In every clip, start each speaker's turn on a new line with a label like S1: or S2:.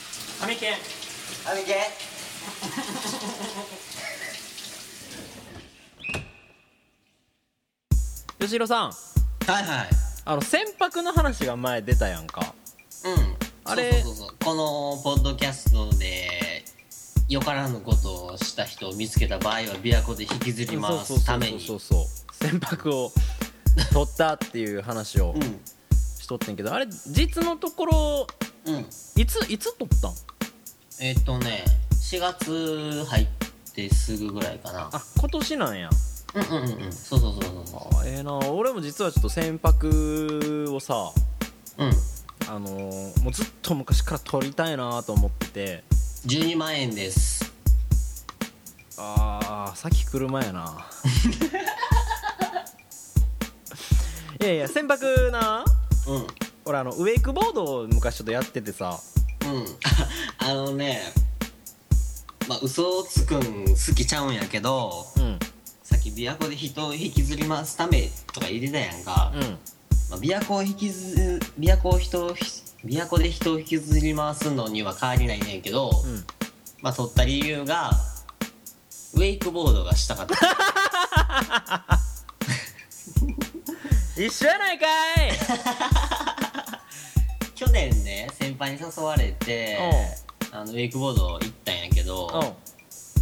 S1: 犬
S2: あみけ
S1: 吉弘さん
S2: はいはい
S1: あの船舶の話が前出たやんか
S2: うん
S1: あれ
S2: そうそうそうそうこのポッドキャストでよからぬことをした人を見つけた場合は琵琶湖で引きずり回
S1: そう
S2: す
S1: そ
S2: た
S1: う
S2: め
S1: そう
S2: に
S1: そうそう船舶を取ったっていう話を
S2: う
S1: しとってんけどあれ実のところ
S2: んうん
S1: いついつ取ったん
S2: えっとね4月入ってすぐぐらいかな
S1: あ今年なんや
S2: うんうんうんうんそうそうそうそう
S1: あ
S2: そ
S1: ーええな俺も実はちょっと船舶をさ
S2: ううん
S1: あのーもうずっと昔から取りたいなと思ってて
S2: 12万円です
S1: ああさっき車や ないやいや船舶な
S2: うんうん
S1: 俺あのウェイクボードを昔ちょっとやっててさ
S2: あのねまあ嘘をつくん好きちゃうんやけど
S1: うん
S2: さっき琵琶湖で人を引きずり回すためとか入れたやんか、
S1: うん
S2: まあ、琵琶湖を引きず琵琶湖を人をひ琵琶湖で人を引きずり回すのには変わりないねんけど、
S1: うん
S2: まあ取った理由がウェイクボードがしたかった
S1: 一緒やないかい
S2: 去年ね先輩に誘われてあのウェイクボード行ったんやけど
S1: うん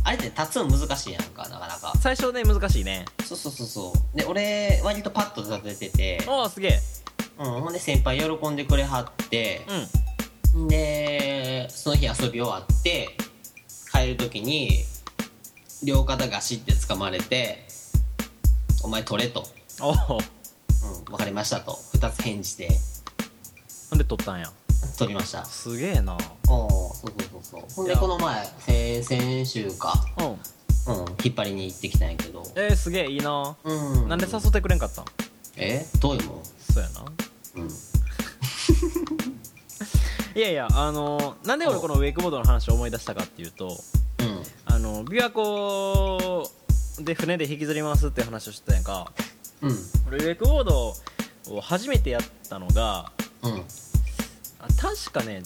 S2: あれって立つの難しいやんかなかなか
S1: 最初ね難しいね
S2: そうそうそうそうで俺割とパッと立ててて、
S1: おおすげえ
S2: うん、ほんで先輩喜んでくれはって、
S1: う
S2: でその日遊び終わって帰る時に両肩ガシって掴まれて「お前取れ」と
S1: んおおほ
S2: 「うん分かりました」と2つ返事で
S1: んで取ったんや
S2: 取りました
S1: すげえな
S2: おおそうそうそうそうほん
S1: い
S2: で
S1: や
S2: この前先先週か
S1: うん
S2: うん引っ張りに行ってきたんやけど
S1: えー、すげえいいな
S2: うん
S1: なんで誘ってくれんかったん
S2: えどういうも
S1: そうやなん
S2: うん
S1: いやいやあのーなんで俺このウェイクボードの話を思い出したかっていうと
S2: うん
S1: あの琵琶湖で船で引きずり回すっていう話をしてたやんか
S2: うん
S1: 俺ウェイクボードを初めてやったのが
S2: うん
S1: あ確かね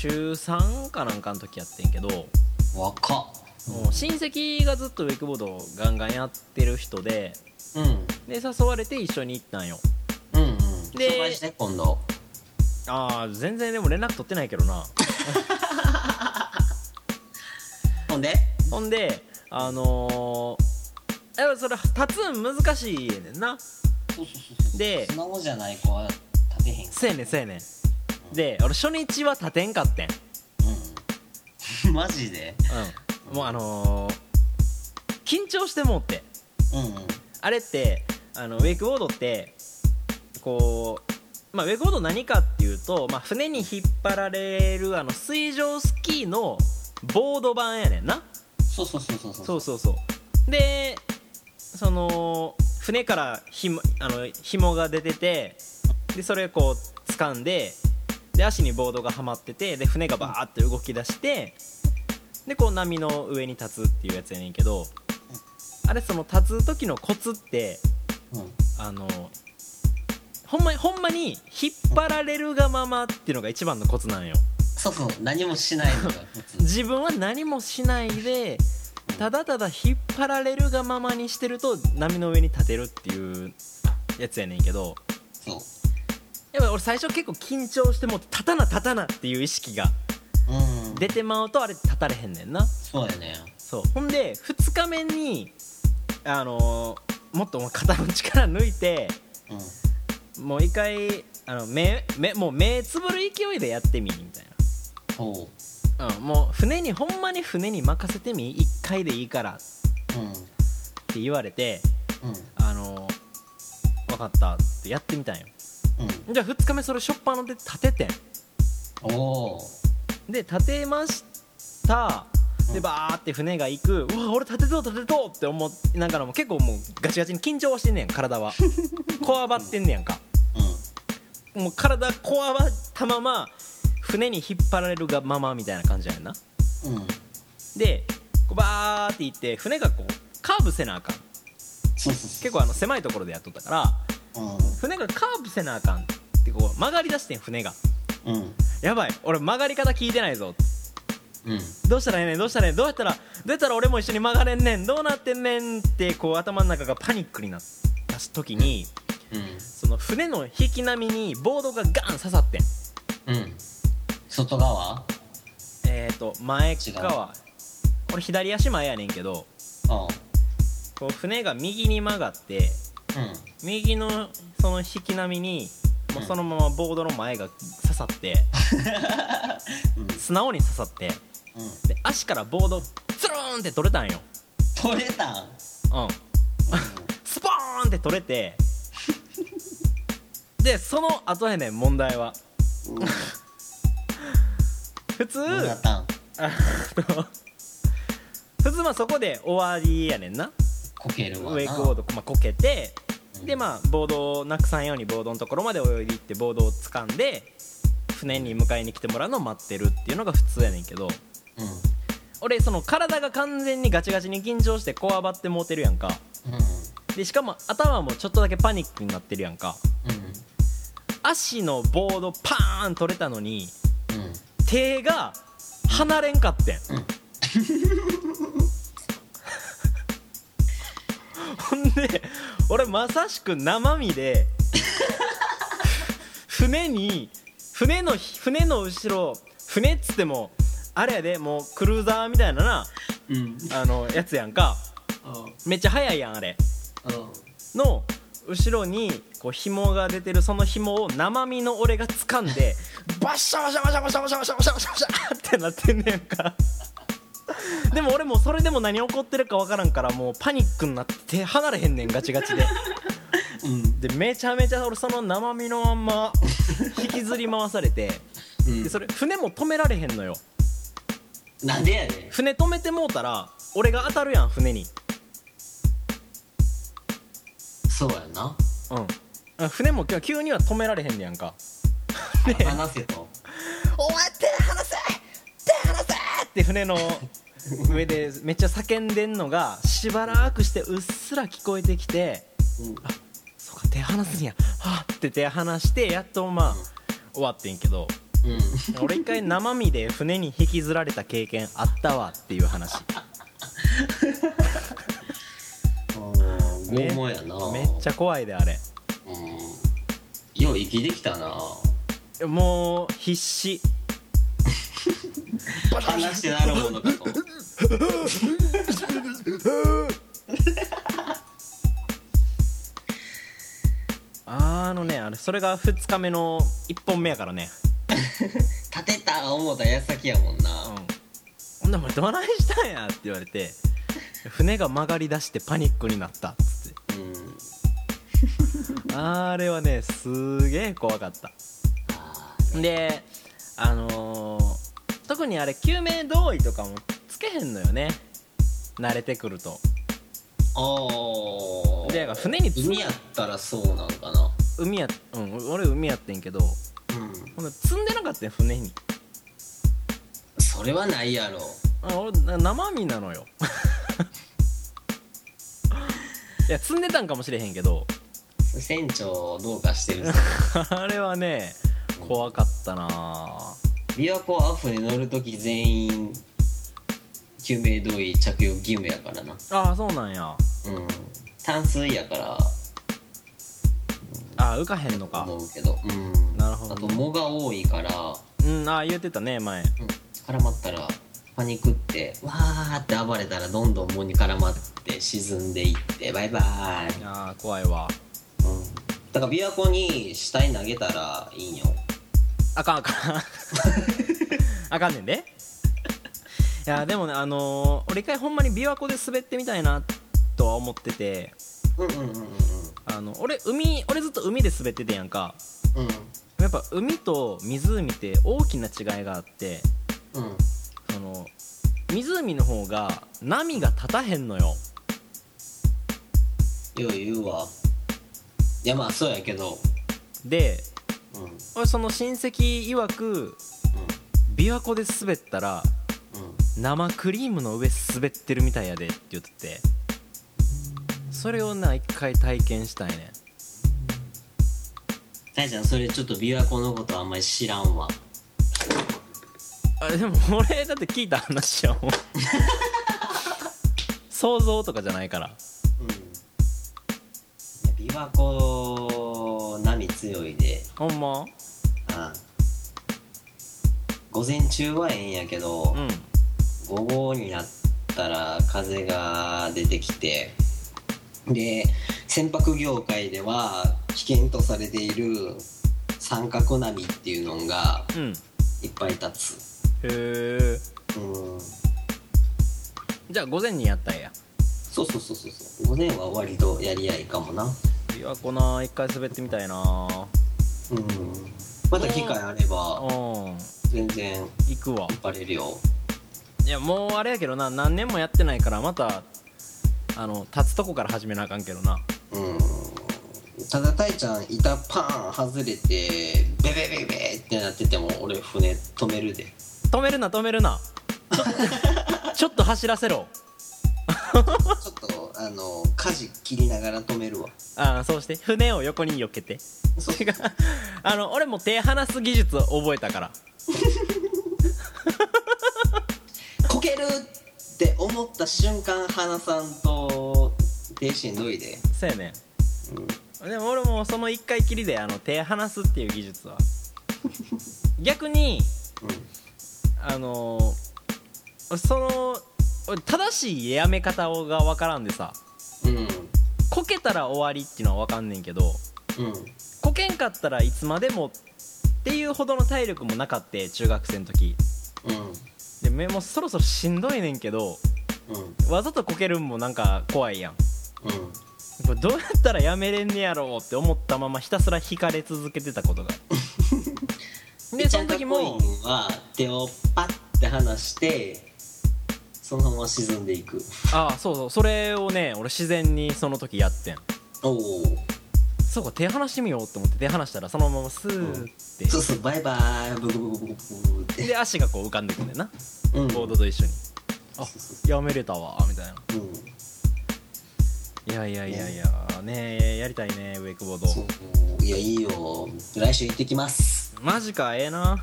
S1: 中3かなんかの時やってんけど
S2: 若っ
S1: もう親戚がずっとウェイクボードをガンガンやってる人で
S2: うんうん
S1: で誘われて一緒に行ったんよ
S2: うん紹
S1: で
S2: 介して今度
S1: ああ全然でも連絡取ってないけどな
S2: ほんで
S1: ほんであのー、やっぱそれ立つん難しいねんな
S2: そうそうそうそう
S1: で
S2: スマホじゃない子は立てへんから
S1: せやねんせやねんで俺初日は立てんかってん
S2: うんマジで
S1: うん、もうあのー緊張してもうって
S2: うんうん
S1: あれってあのウェイクボードってこう、まあ、ウェイクボード何かっていうと、まあ、船に引っ張られるあの水上スキーのボード版やねんな
S2: そうそうそうそう
S1: そうそうそうでその船からひもあの紐が出ててでそれをこう掴んでで足にボードがはまっててで船がバーって動き出してでこう波の上に立つっていうやつやねんけどあれその立つ時のコツって
S2: うんうん
S1: あのほんまにほんまに引っ張られるがままっていうのが一番のコツなんよ
S2: そうそう何もしない のが普通
S1: 自分は何もしないでただただ引っ張られるがままにしてると波の上に立てるっていうやつやねんけど
S2: そう
S1: やっぱ俺最初結構緊張してもう立たな立たなっていう意識が
S2: うん
S1: 出てまうとあれ立たれへんねんな
S2: そうやね
S1: そうほんで2日目にあのーもっともう肩の力抜いて
S2: うん
S1: もう一回あの目目もう目つぶる勢いでやってみみたい
S2: そ
S1: な、うん、もう船にほんまに船に任せてみ1回でいいからっ
S2: ううん
S1: て言われて
S2: うん
S1: あの分かったってやってみたんよ
S2: うん
S1: じゃあ2日目それしょっぱなで立ててん
S2: おお
S1: で立てましたでバーって船が行くうわ俺立てとう立てとうって思いながらも結構もうガチガチに緊張はしてんねん体 はこわばってんねやんか
S2: う
S1: もう体こわばったまま船に引っ張られるがままみたいな感じやねんなん
S2: うん
S1: でこうバーって行って船がこうカーブせなあかん
S2: そうそうそう
S1: 結構あの狭いところでやっとったから
S2: 構
S1: 船がカーブせなあかんってこう曲がりだしてん船が
S2: うんうん
S1: やばい俺曲がり方聞いてないぞ
S2: うん
S1: どうしたらええねんどうしたらええねんどうやったらどうやったら俺も一緒に曲がれんねんどうなってんねんってこう頭の中がパニックになった時にその船の引き波にボードがガン刺さってん
S2: うんうん外側
S1: えっ、ー、と前側俺左足前やねんけど
S2: あ
S1: こう船が右に曲がって
S2: う
S1: 右のその引き波にもうそのままボードの前が刺さって
S2: んうん
S1: 素直に刺さって
S2: うん
S1: で足からボードズルーンって取れたんよ
S2: 取れた
S1: う
S2: ん、
S1: んスポーンって取れてでその後やねん問題は
S2: うん、
S1: 普通
S2: どうだったん
S1: あの 普通まあそこで終わりやねんな
S2: こけるわな
S1: ウェイクボード、まあ、こけて
S2: うん
S1: でまあボードをなくさんようにボードのところまで泳いでいってボードを掴んで船に迎えに来てもらうのを待ってるっていうのが普通やねんけど
S2: うん
S1: 俺その体が完全にガチガチに緊張してこわばってもうてるやんか
S2: うん
S1: でしかも頭もちょっとだけパニックになってるやんか足のボードパーン取れたのに
S2: うんうん
S1: 手が離れんかってん、
S2: うん
S1: ほんで俺まさしく生身で船に船の船の後ろ船っつってもあれやでもうクルーザーみたいなな
S2: うん
S1: あのやつやんかめっちゃ速いやんあれの後ろにこう紐が出てるその紐を生身の俺が掴んでバッシャバシャバシャバシャバシャバシャバシャバシャバシャってなってんねんかでも俺もうそれでも何起こってるかわからんからもうパニックになって手離れへんねんガチガチで
S2: うん
S1: でめちゃめちゃ俺その生身のまんま引きずり回されて
S2: うん
S1: でそれ船も止められへんのよ
S2: なんでやね
S1: 船止めてもうたら俺が当たるやん船に
S2: んそうやな
S1: うんあ船も急には止められへんねやんか
S2: 話せと
S1: お前手離せ手離せって船の上でめっちゃ叫んでんのがしばらくしてうっすら聞こえてきて
S2: うん
S1: そうか手離すんやはあって手離してやっとまあ終わってんけど
S2: うん
S1: 俺一回生身で船に引きずられた経験あったわっていう話
S2: 拷問やな
S1: めっちゃ怖いであれ
S2: うんよう生きてきたな
S1: もう必死
S2: 話してなるものかと
S1: あのねあれそれが2日目の1本目やからね
S2: 立てた思った矢先やもんな
S1: 「ほんならお前どないしたんや」って言われて「船が曲がり出してパニックになった」っつっ
S2: うん
S1: てあれはねすげえ怖かった
S2: あ
S1: であのー特にあれ救命胴衣とかもつけへんのよね慣れてくると
S2: ーおー
S1: でだから船につ
S2: 海やったらそうなんかな
S1: 海やうん俺海やってんけど
S2: うん
S1: ほんなら積んでなかったよ船に
S2: それはないやろ
S1: あ俺な生身なのよ いや積んでたんかもしれへんけど
S2: 船長どうかしてるぞ
S1: あれはね怖かったなあ
S2: 琵琶湖アフに乗る時全員救命胴衣着用義務やからな
S1: あーそうなんや
S2: うん淡水やから
S1: あー浮かへんのか
S2: 思うけどうん
S1: なるほど
S2: あと藻が多いから、
S1: うんあー言ってたね前
S2: うん絡まったらパニックってわーって暴れたらどんどん藻に絡まって沈んでいってバイバーイ、
S1: あー怖いわ
S2: うん、だから琵琶湖に死体投げたらいいんよ
S1: あかんあかん あかんねんでいやでもねあのー俺一回ほんまに琵琶湖で滑ってみたいなとは思ってて
S2: うんうんうんうん
S1: あの俺海俺ずっと海で滑っててやんか
S2: う
S1: やっぱ海と湖って大きな違いがあって
S2: んうん
S1: その湖の方が波が立たへんのよ
S2: よう言うわいやまあそうやけど
S1: で
S2: うんうん
S1: 俺その親戚曰く琵琶湖で滑ったら
S2: うん
S1: 生クリームの上滑ってるみたいやでって言っててそれをな一回体験したいね
S2: 大ちゃんそれちょっと琵琶湖のことあんまり知らんわ
S1: あれでも俺だって聞いた話や もん想像とかじゃないから
S2: うんいや琵琶湖波強いで
S1: ほんま
S2: あ午前中はええんやけど、
S1: うん
S2: 午後になったら風が出てきてで船舶業界では危険とされている三角波っていうのが
S1: うんへ
S2: いっぱい立
S1: え
S2: つうん
S1: じゃあ午前にやったんや
S2: そうそうそうそうそう午前は割とやり合いかもな
S1: 琵琶湖な一回滑ってみたいな
S2: うんまた機会あれ
S1: う
S2: ば
S1: ん
S2: 全然
S1: 行くわ
S2: バレるよ
S1: いやもうあれやけどな何年もやってないからまたあの立つとこから始めなあかんけどな
S2: うんただたいちゃん板パーン外れてベベベベってなってても俺船止めるで
S1: 止めるな止めるなちょ ちょっと走らせろ
S2: ちょっとあの舵切りながら止めるわ
S1: ああそうして船を横に避けて
S2: そう
S1: 違うあの俺も手離す技術を覚えたから
S2: こけるって思った瞬間花さんと手しんどいで
S1: そうやねんでも俺もその1回きりであの手離すっていう技術は逆に
S2: うん
S1: あのーその俺正しいやめ方をが分からんでさ
S2: うん
S1: こけたら終わりっていうのは分かんねんけど
S2: うん
S1: こけんかったらいつまでもっていうほどの体力もなかって中学生の時
S2: うん
S1: でめもうそろそろしんどいねんけど
S2: うん
S1: わざとこけるんもなんか怖いやん
S2: うん
S1: これどうやったらやめれんねやろうって思ったままひたすら引かれ続けてた ことがでその時も
S2: ピチャンコインは手をパッて離してそのまま沈んでいく
S1: ああそうそうそれをね俺自然にその時やってん
S2: おお
S1: そうか手離してみようと思って手離したらそのままスーって、
S2: そうそうバイバイブクブクブクブクって
S1: で足がこう浮かんでくんねんな
S2: うん
S1: ボードと一緒にあやめれたわみたいな
S2: うん
S1: いやいやいやいやねえやりたいねウェイクボード
S2: そういやいいよ来週行ってきます
S1: マジかええな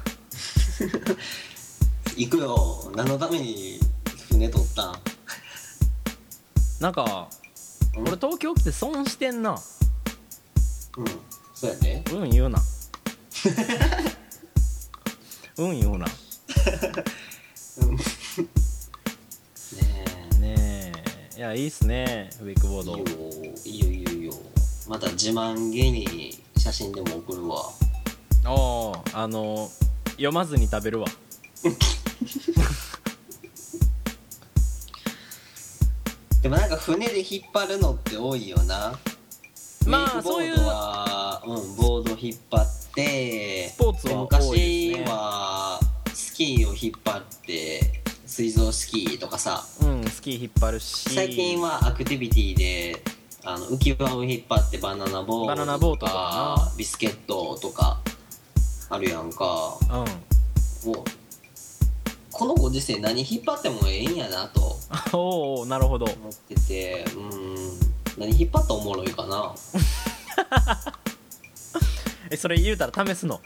S2: 行くよ何のために船取ったん
S1: なんか
S2: うん
S1: 俺東京来て損してんな
S2: うんそうやね
S1: うん言う なうん言うな
S2: ね
S1: ねえいやいいっすねウェイクボ
S2: え
S1: ード
S2: いいよいいよいいよまた自慢げに写真でも送るわ
S1: あああの読まずに食べるわ
S2: でもなんか船で引っ張るのって多いよな
S1: まあ
S2: ウェイクボードはうん、ボード引っ張って
S1: スポーツは多いですね
S2: 昔はスキーを引っ張って水上スキーとかさ
S1: うんスキー引っ張るし
S2: 最近はアクティビティであの浮き輪を引っ張ってバナナボート
S1: バナナボートとかな
S2: ビスケットとかあるやんか
S1: うん
S2: もうこのご時世何引っ張ってもええんやなと
S1: おうおうなるほど
S2: 思っててうん何引っ張ったらおもろいかな
S1: えそれ言うたら試すの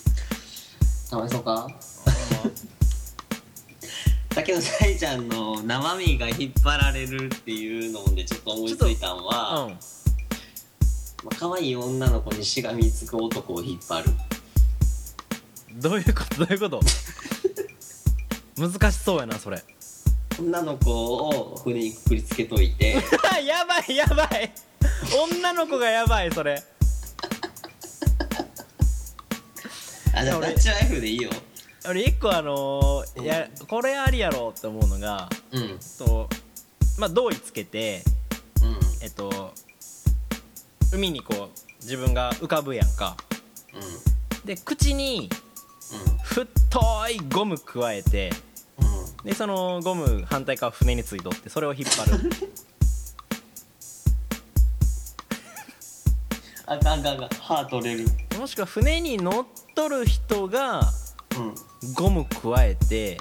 S2: 試そうか竹野沙絵ちゃんの生身が引っ張られるっていうのでちょっと思いついたん
S1: う
S2: は、
S1: ん
S2: まあ可愛い女の子にしがみつく男を引っ張る
S1: どういうことどういうこと難しそうやなそれ
S2: 女の子を船にくくりつけといて
S1: やばいやばい女の子がやばいそれ
S2: あじゃあ
S1: 俺
S2: ダッチワイフでいいよ
S1: 俺一個あのーいやこれありやろって思うのが
S2: うんうん
S1: とまあ同意つけてえっと海にこう自分が浮かぶやんか
S2: うん
S1: で口に太いゴム加えて
S2: うんうん
S1: でそのゴム反対側船についとってそれを引っ張る
S2: あかんあかんあかん歯取れる
S1: もしくは船に乗っとる人が
S2: うん
S1: ゴム加えて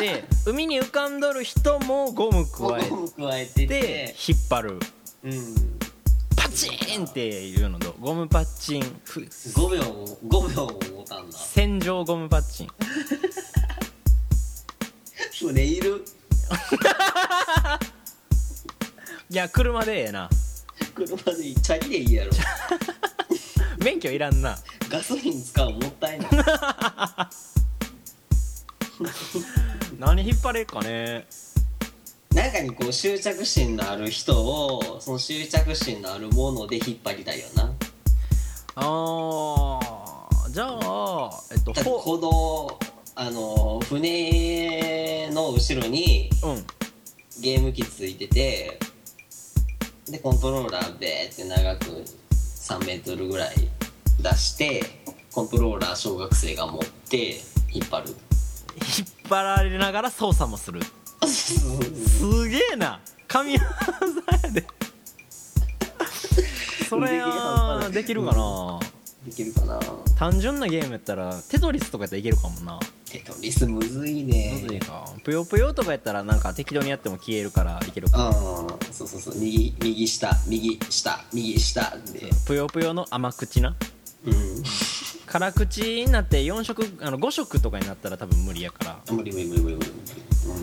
S1: で海に浮かんどる人もゴム加
S2: 加え
S1: え
S2: 加えて
S1: て
S2: て
S1: 引っ張る
S2: うん
S1: パチーンっていうのとゴムパッチンふ
S2: 5秒も5秒も持たんな
S1: 洗浄ゴムパッチン
S2: それいる
S1: いや車でええな
S2: 車でチャリでいいやろ
S1: 免許いらんな
S2: ガソリン使うもったいない
S1: 何引っ張れっかね
S2: 中にこう執着心のある人をその執着心のあるもので引っ張りたいよな
S1: あーじゃあえっと
S2: だって
S1: ほ
S2: このあの船の後ろに
S1: うん
S2: ゲーム機ついててでコントローラーべーって長く3メートルぐらい出してコントローラー小学生が持って引っ張る
S1: 引っ張られながら操作もするすげえな神業やでそれはできるかな
S2: できるかな
S1: 単純なゲームやったらテトリスとかやったらいけるかもな
S2: テトリスむずいね
S1: むずいかぷよぷよとかやったらなんか適当にやっても消えるからいけるか
S2: うんそうそうそう右右下右下右下で
S1: ぷよぷよの甘口な
S2: うん
S1: 辛口になって4色あの5色とかになったら多分無理やから
S2: 無理無理無理無理無理無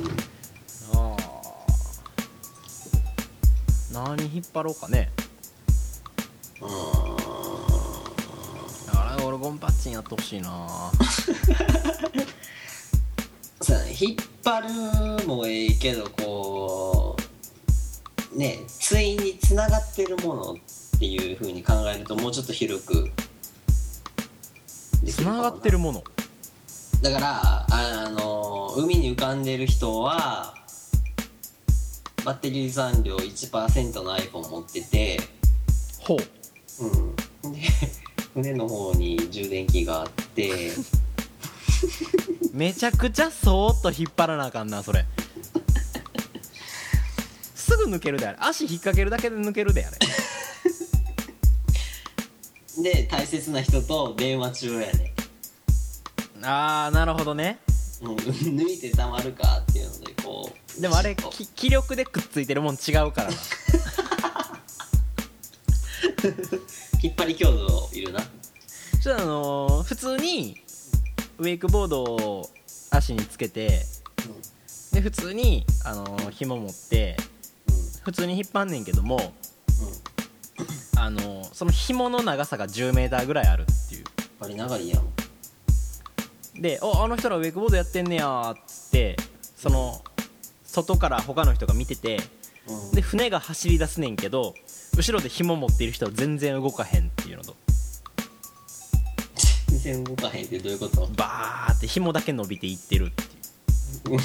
S2: 理
S1: あー何引っ張ろうかね
S2: うん
S1: だから俺ゴンパッチンやってほしいな
S2: そうだね引っ張るもええけどこうねついにつながってるものっていうふうに考えるともうちょっと広くでき
S1: つ
S2: るかも
S1: ながってるもの
S2: だからああの海に浮かんでる人はバッテリー残量1%の iPhone 持ってて
S1: ほう
S2: うんで 船の方に充電器があって
S1: めちゃくちゃそーっと引っ張らなあかんなそれすぐ抜けるであれ足引っ掛けるだけで抜けるであれ
S2: で大切な人と電話中やね
S1: あーなるほどね
S2: うん抜いてたまるかっていうのでこう
S1: でもあれ
S2: ちょっと
S1: き気力でくっついてるもん違うからな
S2: 引っ張り強度いるな
S1: ちょっとあのー普通にウェイクボードを足につけてで普通に、あのー紐持って普通に引っ張んねんけども、あのーその紐の長さが1 0ーぐらいあるっていう
S2: あれ長いやん
S1: で「おあの人らウェイクボードやってんねや」っつってその外から他の人が見てて
S2: うん
S1: で船が走り出すねんけど後ろで紐持っている人は全然動かへんっていうのと
S2: 全然動かへんってどういうこと
S1: バーって紐だけ伸びていってるっていう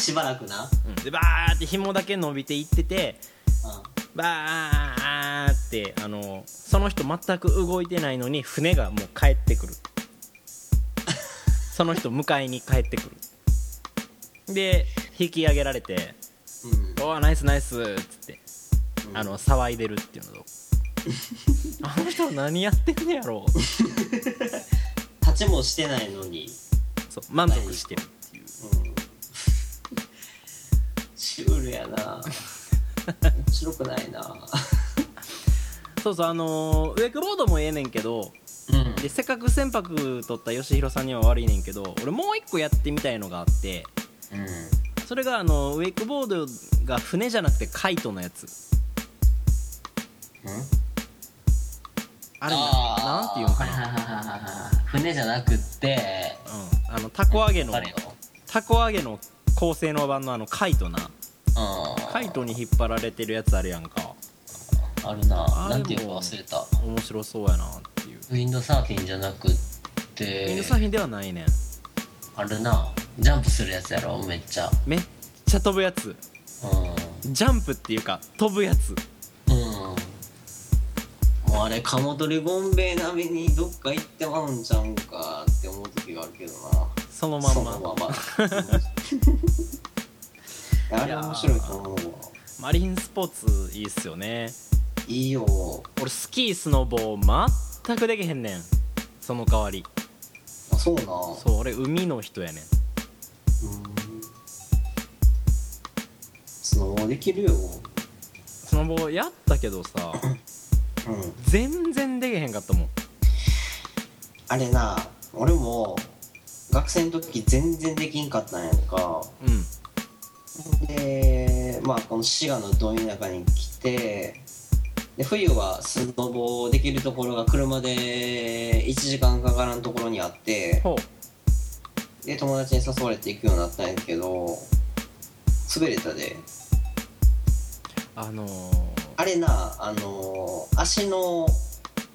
S2: しばらくな、
S1: うんでバーって紐だけ伸びていっててバーってあのその人全く動いてないのに船がもう帰って くるその人迎えに帰ってくるで引き上げられて
S2: うんうん
S1: 「おおナイスナイス」っつってあの騒いでるって いうのとあの人何やってんねやろう
S2: 立ちもしてないのに、
S1: そう満足してるっていう
S2: うん、シュールやな面白くないな
S1: そうそうあのーウェイクボードもええねんけど
S2: うん
S1: でせっかく船舶取った吉弘さんには悪いねんけど俺もう一個やってみたいのがあって
S2: うん
S1: それがあのウェイクボードが船じゃなくてカイトのやつあれな
S2: あ
S1: なん
S2: ー
S1: ていうのかな、
S2: 船じゃなくって
S1: うん、あのたこ揚げの
S2: あれよ
S1: たこ揚げの高性能版のあのカイトな
S2: うん
S1: カイトに引っ張られてるやつあるやんか
S2: あるな
S1: あれも
S2: なんていうか忘れた
S1: 面白そうやなっていう
S2: Windows サーフィンじゃなくっ
S1: ウィンド
S2: て
S1: サーフィンではないねん
S2: あるなジャンプするやつやろめっちゃ
S1: めっちゃ飛ぶやつ
S2: う
S1: ジャンプっていうか飛ぶやつ
S2: んうんもうあれ鴨取りゴンベイ並みにどっか行ってまうんちゃうんかって思う時があるけどな
S1: そのまん
S2: そ
S1: ま
S2: のまま あれ面白いと思うわ
S1: マリンスポーツいいっすよね
S2: いいよ
S1: 俺スキースノボー全くできへんねんその代わり
S2: あそうな
S1: そう俺海の人やねん
S2: うんスノボできるよ
S1: ススノボやったけど さ
S2: うん
S1: 全然でけへんかったもん
S2: あれな俺も学生の時全然できんかったんやんか
S1: うん
S2: でまあこの滋賀のどん中に来てで冬はスノボできるところが車で1時間かからんところにあって
S1: ほ
S2: で友達に誘われて行くようになったんやけど滑れたで
S1: うあの
S2: あれなあの足の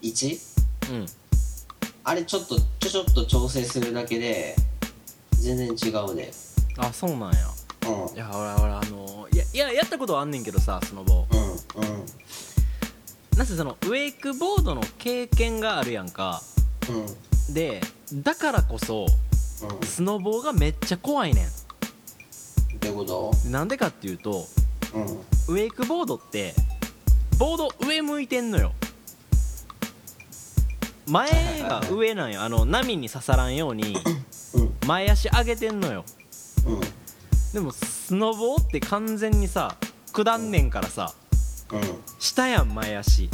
S2: 位置
S1: ー、うん
S2: あれちょっとちょちょっと調整するだけで全然違うで
S1: あそうなんや
S2: うん
S1: いや俺俺あのーいやいややったことはあんねんけどさスノボ
S2: うんうん
S1: なぜそのウェイクボードの経験があるやんか
S2: うん
S1: でだからこそ
S2: う
S1: スノボがめっちゃ怖いね
S2: んってこと
S1: んなんでかっていうと
S2: うん
S1: ウェイクボードってボード上向いてんのよ前が上なんよあの波に刺さらんように
S2: うん
S1: 前足上げてんのよ
S2: うん
S1: でもスノボって完全にさ下んねんからさ
S2: うん
S1: 下やん前足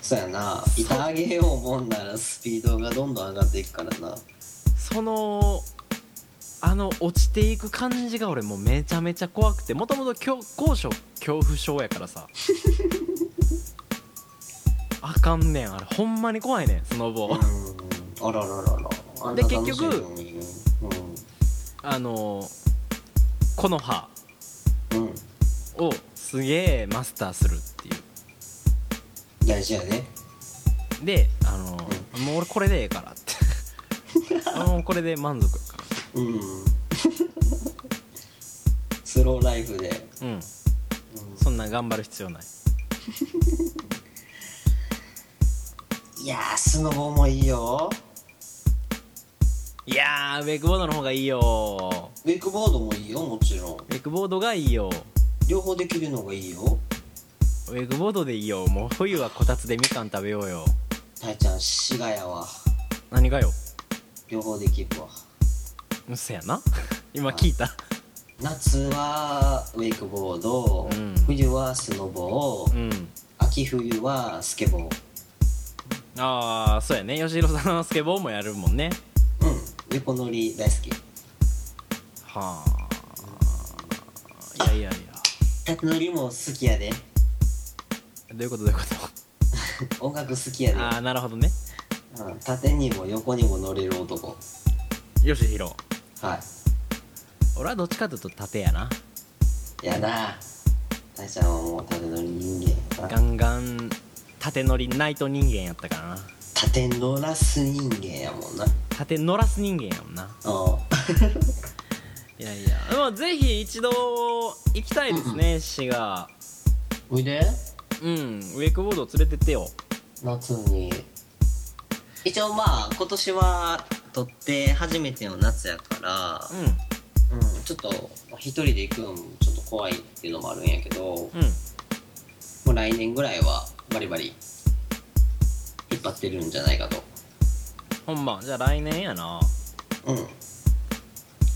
S2: そうやな板上げようもんならスピードがどんどん上がっていくからな
S1: そのあの落ちていく感じが俺もうめちゃめちゃ怖くてもともと高所恐怖症やからさ あかんねんあれほんまに怖いねんスノボ
S2: うんあららららあん
S1: で
S2: な
S1: 結局
S2: 楽しいのに
S1: あの木の葉
S2: うんうん
S1: をすげえマスターするっていう
S2: 大事やね
S1: であのもう俺これでええからって もうこれで満足やか
S2: うん スローライフで、
S1: らうん
S2: うん
S1: そんな頑張る必要ない
S2: いやースノボもいいよ
S1: いやーウェイクボードの方がいいよ
S2: ウェイクボードもいいよもちろん
S1: ウェイクボードがいいよ
S2: 両方できるのがいいよ
S1: ウェイクボードでいいよもう冬はこたつでみかん食べようよ
S2: たいちゃん滋賀やわ
S1: 何がよ
S2: 両方できるわ
S1: うそや な今聞いた
S2: 夏はウェイクボード、
S1: うん
S2: 冬はスノボ、
S1: うん
S2: 秋冬はスケボー
S1: ああそうやね吉弘さんはスケボーもやるもんね
S2: うん横乗り大好き
S1: はあいやいやいや
S2: 縦乗りも好きやで
S1: どういうことどういうこと
S2: 音楽好きや
S1: ああなるほどね
S2: で、うん、縦にも横にも乗れる男
S1: 吉弘
S2: は
S1: 俺はどっちかというと縦やない
S2: やなたいちゃんはもう縦乗り人間やな
S1: ガンガン縦乗りナイト人間やったからな
S2: 縦乗らす人間やもんな
S1: 縦乗らす人間やもんな
S2: うん
S1: いやいやでもぜひ一度行きたいですね滋賀
S2: おいで
S1: うんウェイクボード連れてってよ
S2: 夏に一応まあ今年は撮って初めての夏やから
S1: うん
S2: うん、ちょっと一人で行くのもちょっと怖いっていうのもあるんやけども
S1: うん
S2: う来年ぐらいはバリバリ引っ張ってるんじゃないかと
S1: ほんまじゃあ来年やな
S2: うん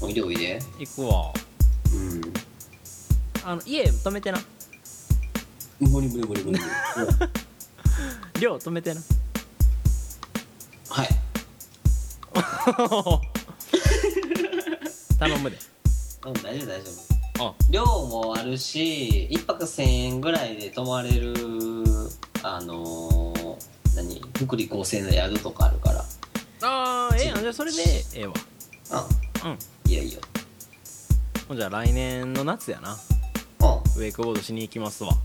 S2: おいでおいで
S1: 行くわ
S2: う
S1: あの家止めてなん
S2: 無理無理無理無理うん
S1: 寮止め てな
S2: はい
S1: 頼むで
S2: うん大丈夫大丈
S1: あ
S2: 夫量もあるし一泊1000円ぐらいで泊まれるあのー何福利厚生の宿とかあるから
S1: あーええやんじゃあそれでええわう
S2: うんいいよいいよ
S1: んほんじゃあ来年の夏やな
S2: う
S1: ウェイクボードしに行きますわ
S2: ん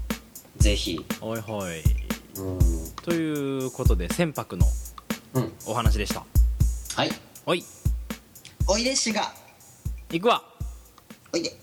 S2: ぜひ
S1: おいほい
S2: うん
S1: ということで船舶の
S2: うん
S1: お話でした
S2: はい
S1: おい
S2: おいでしが
S1: 行くわ
S2: おいで